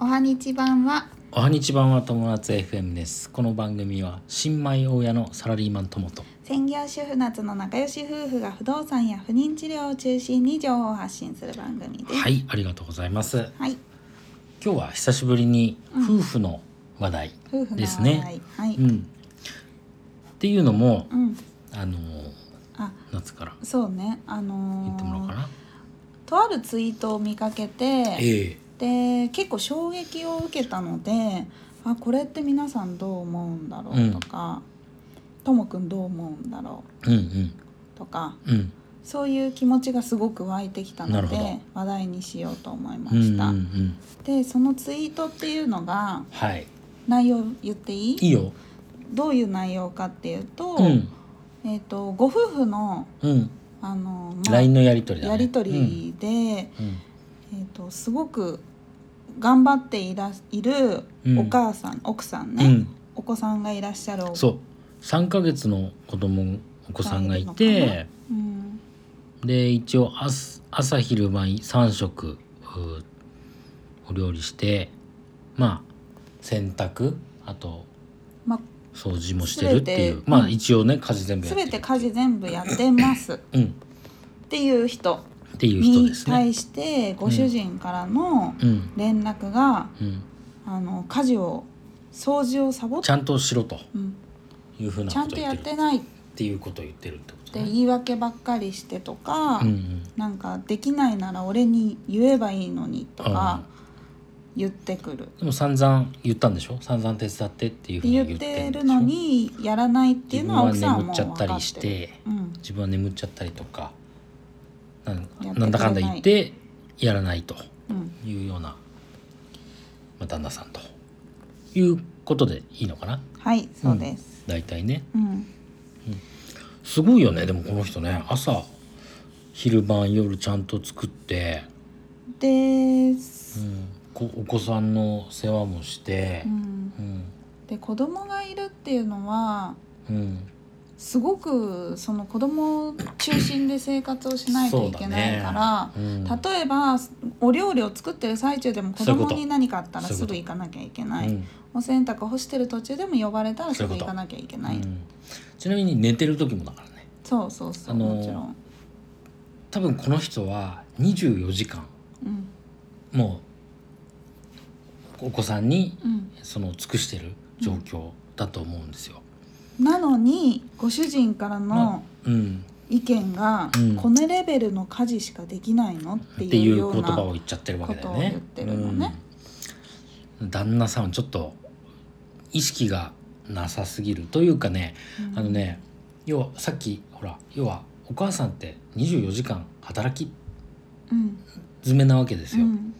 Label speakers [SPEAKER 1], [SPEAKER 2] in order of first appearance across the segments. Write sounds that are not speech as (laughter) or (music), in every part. [SPEAKER 1] おはにち版は
[SPEAKER 2] おはにちばんは友達 FM ですこの番組は新米大家のサラリーマン友と
[SPEAKER 1] 専業主婦夏の仲良し夫婦が不動産や不妊治療を中心に情報を発信する番組です。
[SPEAKER 2] はいありがとうございます
[SPEAKER 1] はい、
[SPEAKER 2] 今日は久しぶりに夫婦の話題、
[SPEAKER 1] 夫婦の
[SPEAKER 2] です
[SPEAKER 1] 話
[SPEAKER 2] ね
[SPEAKER 1] 題、はい、
[SPEAKER 2] うんっていうのも
[SPEAKER 1] うん、
[SPEAKER 2] あの
[SPEAKER 1] あ、
[SPEAKER 2] 夏から
[SPEAKER 1] そうね、あのー
[SPEAKER 2] 言ってもらおうかな
[SPEAKER 1] とあるツイートを見かけて、
[SPEAKER 2] え
[SPEAKER 1] で、結構衝撃を受けたので、あ、これって皆さんどう思うんだろ
[SPEAKER 2] う
[SPEAKER 1] うんとか、ともくんどう思うんだろ
[SPEAKER 2] えうん
[SPEAKER 1] うとか、
[SPEAKER 2] うんうん
[SPEAKER 1] そういう気持ちがすごく湧いてきたの
[SPEAKER 2] なるほ
[SPEAKER 1] で話題にしようと思いま
[SPEAKER 2] うんうん
[SPEAKER 1] し
[SPEAKER 2] う
[SPEAKER 1] た。
[SPEAKER 2] ん
[SPEAKER 1] でそのツイートっていうのが
[SPEAKER 2] はい
[SPEAKER 1] 内容言っていい
[SPEAKER 2] いいよ
[SPEAKER 1] どういう内容かっていうと,、
[SPEAKER 2] うん
[SPEAKER 1] えー、とご夫婦の
[SPEAKER 2] うん
[SPEAKER 1] あの、まあ
[SPEAKER 2] LINE のやりとりだね
[SPEAKER 1] やり取りで、え
[SPEAKER 2] うん
[SPEAKER 1] ー、とすごく頑張っていらいる
[SPEAKER 2] うん
[SPEAKER 1] お母さん、奥さん
[SPEAKER 2] う
[SPEAKER 1] ね、
[SPEAKER 2] ん、うん
[SPEAKER 1] お子さんがいらっしゃるお
[SPEAKER 2] そう3ヶ月の子供お子さんが
[SPEAKER 1] が
[SPEAKER 2] い
[SPEAKER 1] いるのか
[SPEAKER 2] て
[SPEAKER 1] うん
[SPEAKER 2] で一応朝朝昼晩3食うーお料理してまあ洗濯あと
[SPEAKER 1] まあ、
[SPEAKER 2] 掃除もしてるっていう
[SPEAKER 1] 全て
[SPEAKER 2] ま
[SPEAKER 1] う
[SPEAKER 2] あ
[SPEAKER 1] ん
[SPEAKER 2] 一応ね家事全部やって
[SPEAKER 1] 全
[SPEAKER 2] る
[SPEAKER 1] て家事全部やってますっ
[SPEAKER 2] うん、
[SPEAKER 1] ていう人
[SPEAKER 2] っていう人
[SPEAKER 1] に
[SPEAKER 2] ですね。
[SPEAKER 1] 対してご主人からの
[SPEAKER 2] うん
[SPEAKER 1] 連絡が、
[SPEAKER 2] うん、
[SPEAKER 1] あの家事を掃除をサボっ
[SPEAKER 2] ちゃんとしろと
[SPEAKER 1] うん
[SPEAKER 2] いうふうな
[SPEAKER 1] ち
[SPEAKER 2] こ
[SPEAKER 1] ゃん
[SPEAKER 2] と
[SPEAKER 1] と
[SPEAKER 2] を言
[SPEAKER 1] や
[SPEAKER 2] っ
[SPEAKER 1] って
[SPEAKER 2] る
[SPEAKER 1] てないって
[SPEAKER 2] っていうことを言ってるってことね。
[SPEAKER 1] 言い訳ばっかりしてとか、
[SPEAKER 2] うんうん、
[SPEAKER 1] なんかできないなら俺に言えばいいのにとか
[SPEAKER 2] あ
[SPEAKER 1] 言ってくるっ
[SPEAKER 2] でも散々言ったんでしょ散々手伝ってっていうふう
[SPEAKER 1] て
[SPEAKER 2] に
[SPEAKER 1] 言
[SPEAKER 2] 言っ
[SPEAKER 1] ってて
[SPEAKER 2] んでし
[SPEAKER 1] る
[SPEAKER 2] ょ
[SPEAKER 1] のにやらないっていうのは奥
[SPEAKER 2] 自
[SPEAKER 1] さん
[SPEAKER 2] 分
[SPEAKER 1] はもう
[SPEAKER 2] は眠っちゃ
[SPEAKER 1] 分
[SPEAKER 2] った
[SPEAKER 1] か
[SPEAKER 2] り
[SPEAKER 1] っ
[SPEAKER 2] して
[SPEAKER 1] る。
[SPEAKER 2] て。
[SPEAKER 1] うん
[SPEAKER 2] 自分は眠っちゃったりとかなん
[SPEAKER 1] やってくれない
[SPEAKER 2] なんだかんだ言ってやらないと
[SPEAKER 1] うん
[SPEAKER 2] いうような、まあ、旦那さんということでいいのかな
[SPEAKER 1] はいそうです。
[SPEAKER 2] 大体ね
[SPEAKER 1] うん
[SPEAKER 2] すごいよねでもこの人ね朝昼晩夜ちゃんと作って、
[SPEAKER 1] で
[SPEAKER 2] うん、こお子さんの世話もして
[SPEAKER 1] う、ん、
[SPEAKER 2] うん
[SPEAKER 1] で子供がいるっていうのは
[SPEAKER 2] うん
[SPEAKER 1] すごくその子供を中心で生活をしないといけないから。
[SPEAKER 2] そうだねうん
[SPEAKER 1] 例えばお料理を作ってる最中でも子
[SPEAKER 2] そういうこ
[SPEAKER 1] 供
[SPEAKER 2] と
[SPEAKER 1] に何かあったら
[SPEAKER 2] そういう
[SPEAKER 1] す
[SPEAKER 2] こと
[SPEAKER 1] ぐ行かなきゃいけな
[SPEAKER 2] う
[SPEAKER 1] い
[SPEAKER 2] ん
[SPEAKER 1] お洗濯干してる途中でも呼ばれたらすぐ
[SPEAKER 2] そ
[SPEAKER 1] 行
[SPEAKER 2] ういうこと
[SPEAKER 1] かなきゃいけない
[SPEAKER 2] うんちなみに寝てる時もだからね
[SPEAKER 1] そうそうそう
[SPEAKER 2] あのー
[SPEAKER 1] もちろん、
[SPEAKER 2] 多分この人は24時間
[SPEAKER 1] うん
[SPEAKER 2] もうお子さんに
[SPEAKER 1] うん、
[SPEAKER 2] その尽くしてる状況だと思うんですよ。
[SPEAKER 1] なのにご主人からの
[SPEAKER 2] うん、
[SPEAKER 1] 意見が、
[SPEAKER 2] うん
[SPEAKER 1] このレベルの家事しかできないのって
[SPEAKER 2] ってい
[SPEAKER 1] いう
[SPEAKER 2] う
[SPEAKER 1] よう
[SPEAKER 2] 言葉
[SPEAKER 1] な
[SPEAKER 2] を言っちゃってるわけだよね。
[SPEAKER 1] ことを言ってるのね
[SPEAKER 2] うん旦那さんはちょっと意識がなさすぎるというかね、
[SPEAKER 1] うん
[SPEAKER 2] あのね要はさっきほら要はお母さんって24時間働き
[SPEAKER 1] うん
[SPEAKER 2] 詰めなわけですよ。
[SPEAKER 1] うん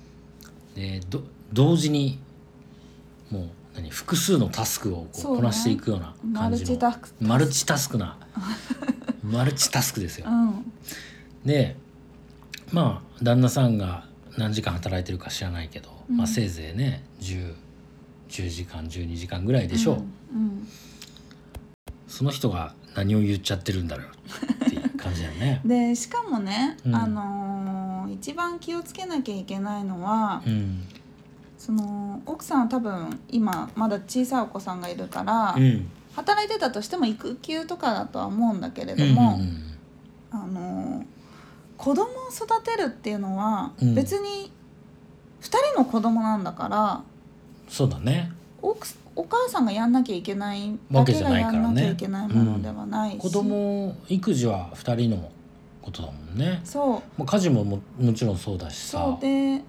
[SPEAKER 2] でど同時にもう何複数のタスクを
[SPEAKER 1] そう
[SPEAKER 2] こう
[SPEAKER 1] ね
[SPEAKER 2] こなしていくような
[SPEAKER 1] マ
[SPEAKER 2] 感
[SPEAKER 1] ル
[SPEAKER 2] じの
[SPEAKER 1] チタスク
[SPEAKER 2] マルチタスクなマルチタスクですよ
[SPEAKER 1] う。ん
[SPEAKER 2] でまあ旦那さんが何時間働いてるか知らないけど、
[SPEAKER 1] うん
[SPEAKER 2] まあ、せいぜいね 10, 10時間12時間ぐらいでしょう、
[SPEAKER 1] うん。
[SPEAKER 2] その人が何を言っちゃってるんだろうっていう感じだよね
[SPEAKER 1] (laughs) でしかもね、
[SPEAKER 2] うん
[SPEAKER 1] あのー一番気をつけなきゃいけないのは、
[SPEAKER 2] うん
[SPEAKER 1] その奥さんは多分今まだ小さいお子さんがいるから、
[SPEAKER 2] うん
[SPEAKER 1] 働いてたとしても育休とかだとは思うんだけれ
[SPEAKER 2] う
[SPEAKER 1] ど
[SPEAKER 2] ん
[SPEAKER 1] も、
[SPEAKER 2] うん
[SPEAKER 1] あの子供を育てるっていうのは
[SPEAKER 2] うん
[SPEAKER 1] 別に2人の子供なんだから、
[SPEAKER 2] そうだね
[SPEAKER 1] 奥お母さんがやんなきゃいけないだ
[SPEAKER 2] わ
[SPEAKER 1] け
[SPEAKER 2] けじゃ
[SPEAKER 1] が
[SPEAKER 2] ない
[SPEAKER 1] や
[SPEAKER 2] からね
[SPEAKER 1] んなきゃいけないものではないし、
[SPEAKER 2] 子供育児は2人のことだもんね、
[SPEAKER 1] そう
[SPEAKER 2] まあ、家事もももちろんそうだし
[SPEAKER 1] そ
[SPEAKER 2] さ
[SPEAKER 1] うで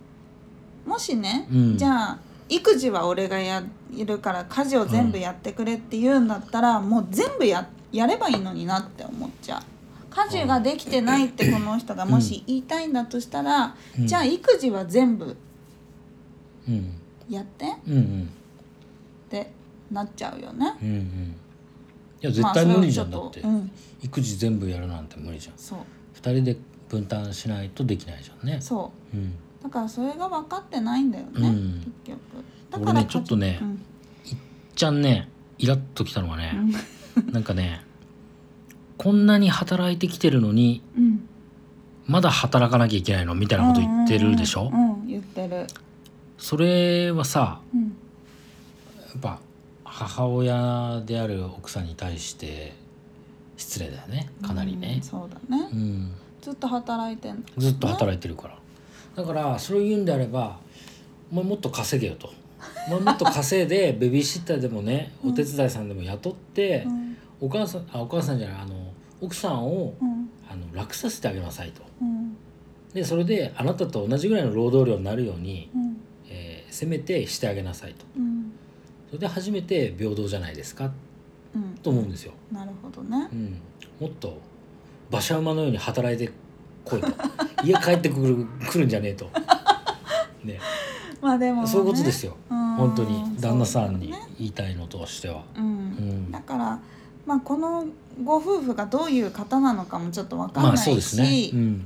[SPEAKER 1] もしね、
[SPEAKER 2] うん
[SPEAKER 1] じゃあ育児は俺がやるから家事を全部やってくれって言うんだったら、もう全部ややればいいのになって思っちゃう家事ができてないってこの人がもし言いたいんだとしたら、
[SPEAKER 2] うん
[SPEAKER 1] じゃあ育児は全部
[SPEAKER 2] うん
[SPEAKER 1] やってっ
[SPEAKER 2] うんうん
[SPEAKER 1] てなっちゃうよね
[SPEAKER 2] うんうんいや絶対無理じゃん、
[SPEAKER 1] まあ
[SPEAKER 2] だっ
[SPEAKER 1] そ
[SPEAKER 2] て、
[SPEAKER 1] れはちょとうん
[SPEAKER 2] 育児全部やるなんて無理じゃん
[SPEAKER 1] そう
[SPEAKER 2] 二人で分担しないとできないじゃんね。
[SPEAKER 1] そ
[SPEAKER 2] うん、
[SPEAKER 1] うだからそれが分かってないんだよね、
[SPEAKER 2] うん
[SPEAKER 1] 結局だ
[SPEAKER 2] 俺
[SPEAKER 1] から
[SPEAKER 2] ねちょっとね、
[SPEAKER 1] う
[SPEAKER 2] いっ
[SPEAKER 1] ん
[SPEAKER 2] ちゃんねイラッときたのが
[SPEAKER 1] う
[SPEAKER 2] ね、
[SPEAKER 1] ん
[SPEAKER 2] (laughs) なんかねこんなに働いてきてるのに
[SPEAKER 1] うん
[SPEAKER 2] まだ働かなきゃいけないのみたいなこと言ってるでしょ、
[SPEAKER 1] うんうんうん言ってる
[SPEAKER 2] それはさ
[SPEAKER 1] うん
[SPEAKER 2] やっぱ母親である奥さんに対して失礼だよねかなり
[SPEAKER 1] うん
[SPEAKER 2] ね、
[SPEAKER 1] そうだね
[SPEAKER 2] うん、
[SPEAKER 1] ずっと働いてんだ
[SPEAKER 2] ずっと働いてるからだからそれを言うんであればお前もっと稼げよとお前もっと稼い (laughs) でベビーシッターでもねお手伝いさんでも雇って
[SPEAKER 1] う、ん
[SPEAKER 2] お母さんあお母さんじゃないあの奥さんを
[SPEAKER 1] うん
[SPEAKER 2] あの楽させてあげなさいと
[SPEAKER 1] うん
[SPEAKER 2] でそれであなたと同じぐらいの労働量になるように、
[SPEAKER 1] うん
[SPEAKER 2] えーせめてしてあげなさいと
[SPEAKER 1] うん
[SPEAKER 2] それで初めて平等じゃないですか
[SPEAKER 1] うん
[SPEAKER 2] と思うんですよ、
[SPEAKER 1] なるほどね
[SPEAKER 2] うん、もっと馬車馬のように働いてこい (laughs) と家帰ってくる来るんじゃねえと、ね、
[SPEAKER 1] まあでもね
[SPEAKER 2] そういうことですよ
[SPEAKER 1] うん
[SPEAKER 2] 本当に旦那さん
[SPEAKER 1] そう
[SPEAKER 2] に
[SPEAKER 1] だね
[SPEAKER 2] 言いたいのとしては。
[SPEAKER 1] う
[SPEAKER 2] うんん
[SPEAKER 1] だからまあこのご夫婦がどういう方なのかもちょっとわかん
[SPEAKER 2] ま
[SPEAKER 1] な
[SPEAKER 2] あ
[SPEAKER 1] い
[SPEAKER 2] そうですね
[SPEAKER 1] し、
[SPEAKER 2] うん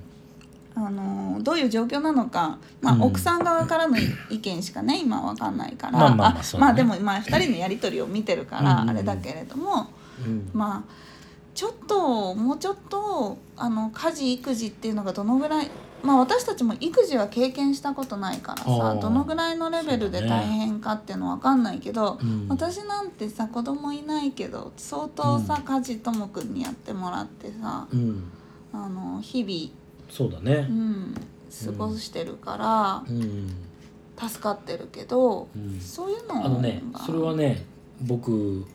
[SPEAKER 1] あのどういう状況なのか、まあ
[SPEAKER 2] うん
[SPEAKER 1] 奥さん側からの意見しかね今わかんないから
[SPEAKER 2] まあまあまあそうだね
[SPEAKER 1] でもまあ2人のやり取りを見てるか
[SPEAKER 2] うんうん
[SPEAKER 1] ら
[SPEAKER 2] うん
[SPEAKER 1] あれだけれども、
[SPEAKER 2] うん
[SPEAKER 1] まあちょっともうちょっとあの家事育児っていうのがどのぐらいまあ私たちも育児は経験したことないから
[SPEAKER 2] あ
[SPEAKER 1] さ
[SPEAKER 2] ー
[SPEAKER 1] どのぐらいのレベルで
[SPEAKER 2] そうだ
[SPEAKER 1] 大
[SPEAKER 2] ね
[SPEAKER 1] 変かっていうのわかんないけど、
[SPEAKER 2] うん
[SPEAKER 1] 私なんてさ子供いないけど相当さ、
[SPEAKER 2] うん
[SPEAKER 1] 家事ともくんにやってもらってさ
[SPEAKER 2] うん、
[SPEAKER 1] あの日
[SPEAKER 2] そうだね
[SPEAKER 1] 々、う、ん、過ごしてるから、
[SPEAKER 2] うん
[SPEAKER 1] 助かってるけど、
[SPEAKER 2] うん、
[SPEAKER 1] そういうのが
[SPEAKER 2] あのねそれはね僕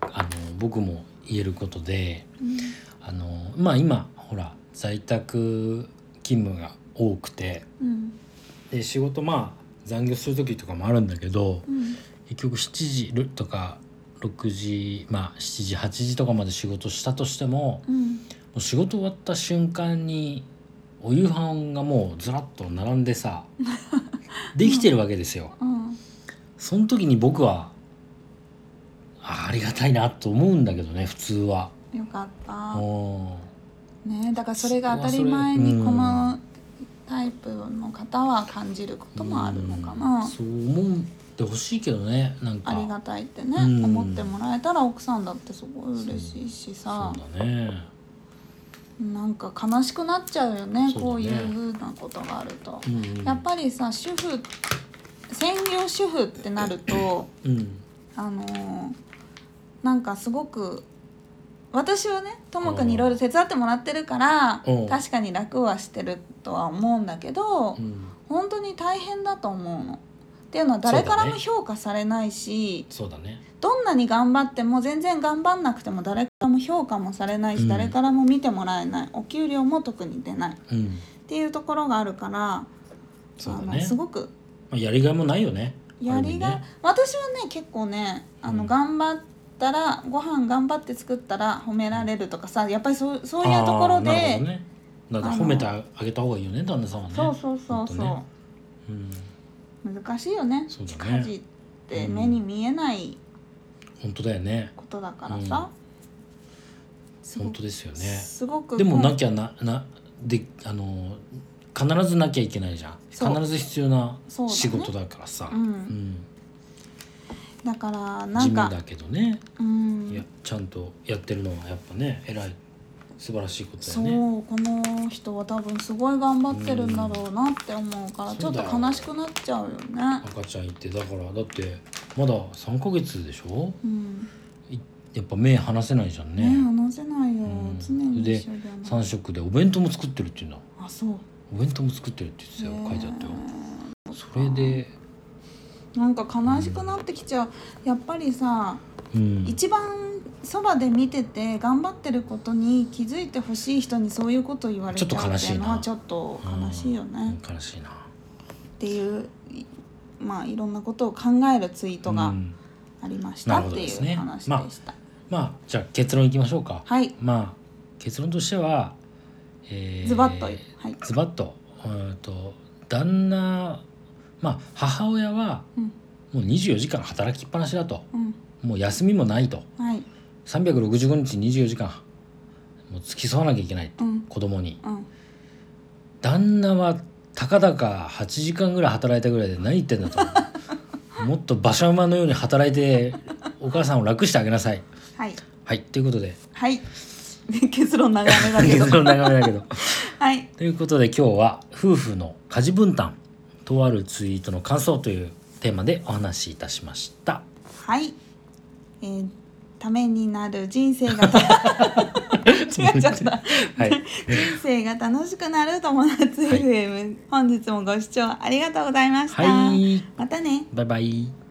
[SPEAKER 2] あの僕も言えることで
[SPEAKER 1] うん
[SPEAKER 2] あのまあ今ほら在宅勤務が多くて
[SPEAKER 1] うん
[SPEAKER 2] で仕事まあ残業する時とかもあるんだけど
[SPEAKER 1] うん
[SPEAKER 2] 結局7時とか6時まあ7時8時とかまで仕事したとしても
[SPEAKER 1] うん
[SPEAKER 2] もう仕事終わった瞬間にお夕飯がもうずらっと並んでさ
[SPEAKER 1] (laughs)
[SPEAKER 2] できてるわけですよ。
[SPEAKER 1] うん
[SPEAKER 2] その時に僕はあありがたいなと思うんだけどね普通は。
[SPEAKER 1] よかった。
[SPEAKER 2] うん
[SPEAKER 1] ねだからそれが当たり前
[SPEAKER 2] それ
[SPEAKER 1] に
[SPEAKER 2] うん
[SPEAKER 1] このタイプの方は感じることもあるのか
[SPEAKER 2] うん
[SPEAKER 1] な、
[SPEAKER 2] そう思ってほしいけどねなんか
[SPEAKER 1] ありがたいってね、
[SPEAKER 2] うん
[SPEAKER 1] 思ってもらえたら奥さんだってすごい嬉しいしさ
[SPEAKER 2] そうだね
[SPEAKER 1] なんか悲しくなっちゃうよね
[SPEAKER 2] そうだね
[SPEAKER 1] こういうふうなことがあると。
[SPEAKER 2] うん
[SPEAKER 1] やっぱりさ主婦専業主婦ってなると
[SPEAKER 2] うん
[SPEAKER 1] あのーなんかすごく私はねともくんにいろいろ手伝ってもらってるから
[SPEAKER 2] うん
[SPEAKER 1] 確かに楽はしてるとは思うんだけど
[SPEAKER 2] うん
[SPEAKER 1] 本当に大変だと思うの。っていうのは誰からも評価されないし、
[SPEAKER 2] そうだね
[SPEAKER 1] どんなに頑張っても全然頑張んなくても誰からも評価もされないし、
[SPEAKER 2] うん
[SPEAKER 1] 誰からも見てもらえないお給料も特に出ないっ
[SPEAKER 2] うん
[SPEAKER 1] ていうところがあるから、
[SPEAKER 2] そうだ
[SPEAKER 1] あの
[SPEAKER 2] ね
[SPEAKER 1] すごく
[SPEAKER 2] まあやりがいもないよね
[SPEAKER 1] やりがい、
[SPEAKER 2] ある意味ね
[SPEAKER 1] 私はね結構ねあの、
[SPEAKER 2] うん
[SPEAKER 1] 頑張ったらご飯頑張って作ったら褒められるとかさやっぱりそうそういうところで、
[SPEAKER 2] あーなるほどねだから
[SPEAKER 1] あ
[SPEAKER 2] 褒
[SPEAKER 1] の
[SPEAKER 2] めてあげた方がいいよね旦那さんはね
[SPEAKER 1] そうそうそうそう、
[SPEAKER 2] ほんとねうん
[SPEAKER 1] 難しいよね
[SPEAKER 2] そうだね
[SPEAKER 1] 家事って目に見えない
[SPEAKER 2] 本当だよね
[SPEAKER 1] ことだからさ、すご
[SPEAKER 2] 本
[SPEAKER 1] く
[SPEAKER 2] 当ですよね
[SPEAKER 1] すごく
[SPEAKER 2] でも
[SPEAKER 1] こう
[SPEAKER 2] なきゃななであの必ずなきゃいけないじゃん
[SPEAKER 1] そう
[SPEAKER 2] 必ず必要な
[SPEAKER 1] そうだね
[SPEAKER 2] 仕事だからさ
[SPEAKER 1] うんだから
[SPEAKER 2] うん、
[SPEAKER 1] なん
[SPEAKER 2] 地味
[SPEAKER 1] か
[SPEAKER 2] だけどね、
[SPEAKER 1] うん
[SPEAKER 2] いやちゃんとやってるのはやっぱね偉い素晴らしいことだ
[SPEAKER 1] そ
[SPEAKER 2] よ
[SPEAKER 1] う
[SPEAKER 2] ね
[SPEAKER 1] この人は多分すごい頑張ってるんだろうなって思うから、
[SPEAKER 2] うん
[SPEAKER 1] ちょっと悲しくなっちゃうよね。
[SPEAKER 2] 赤ちゃんいてだからだってまだ3ヶ月でしょ
[SPEAKER 1] うん
[SPEAKER 2] いやっぱ目離せないじゃん
[SPEAKER 1] ね
[SPEAKER 2] ね
[SPEAKER 1] 話せないよ、
[SPEAKER 2] うん
[SPEAKER 1] 常に一緒じゃな
[SPEAKER 2] 3
[SPEAKER 1] い
[SPEAKER 2] 食でお弁当も作ってるっていうんだ
[SPEAKER 1] あそう
[SPEAKER 2] お弁当も作ってるって言ってたよ書いてあったよそれで
[SPEAKER 1] なんか悲しくなってきちゃうやっぱりさ
[SPEAKER 2] うん
[SPEAKER 1] 一番そばで見てて頑張ってることに気づいてほしい人にそういうこと言われちゃうっていうのはち
[SPEAKER 2] ち
[SPEAKER 1] ょっと悲しいよね、っ
[SPEAKER 2] うん悲しいな
[SPEAKER 1] ていういまあいろんなことを考えるツイート
[SPEAKER 2] う
[SPEAKER 1] が
[SPEAKER 2] ん
[SPEAKER 1] ありまし
[SPEAKER 2] な
[SPEAKER 1] た
[SPEAKER 2] る
[SPEAKER 1] っ
[SPEAKER 2] ほど
[SPEAKER 1] て
[SPEAKER 2] で
[SPEAKER 1] い
[SPEAKER 2] すね
[SPEAKER 1] う話でした、
[SPEAKER 2] まあじゃあ結論いきましょうか
[SPEAKER 1] はい
[SPEAKER 2] まあ結論としては、えー
[SPEAKER 1] ズバッと、はい、
[SPEAKER 2] ズバッとうーんと旦那まあ母親は
[SPEAKER 1] うん
[SPEAKER 2] もう24時間働きっぱなしだと
[SPEAKER 1] うん
[SPEAKER 2] もう休みもないと
[SPEAKER 1] はい
[SPEAKER 2] 365日24時間もう付き添わなきゃいけない
[SPEAKER 1] うん
[SPEAKER 2] 子供に
[SPEAKER 1] うん
[SPEAKER 2] 旦那はたかだか8時間ぐらい働いたぐらいで何言ってんだ
[SPEAKER 1] (laughs)
[SPEAKER 2] ともっと馬車馬のように働いてお母さんを楽してあげなさい
[SPEAKER 1] はい
[SPEAKER 2] はいということで
[SPEAKER 1] はい (laughs) 結論長
[SPEAKER 2] (laughs)
[SPEAKER 1] めだけ
[SPEAKER 2] 結
[SPEAKER 1] ど
[SPEAKER 2] 論長めだけど
[SPEAKER 1] はい
[SPEAKER 2] ということで今日は夫婦の家事分担とあるツイートの感想というテーマでお話しいたしました
[SPEAKER 1] はい、えーためになる人生
[SPEAKER 2] (laughs)
[SPEAKER 1] が (laughs) 違っちゃった
[SPEAKER 2] はい
[SPEAKER 1] 人生が楽しくなる友達 (laughs) FM、本日もご視聴ありがとうございました、
[SPEAKER 2] はい
[SPEAKER 1] またね
[SPEAKER 2] バイバイ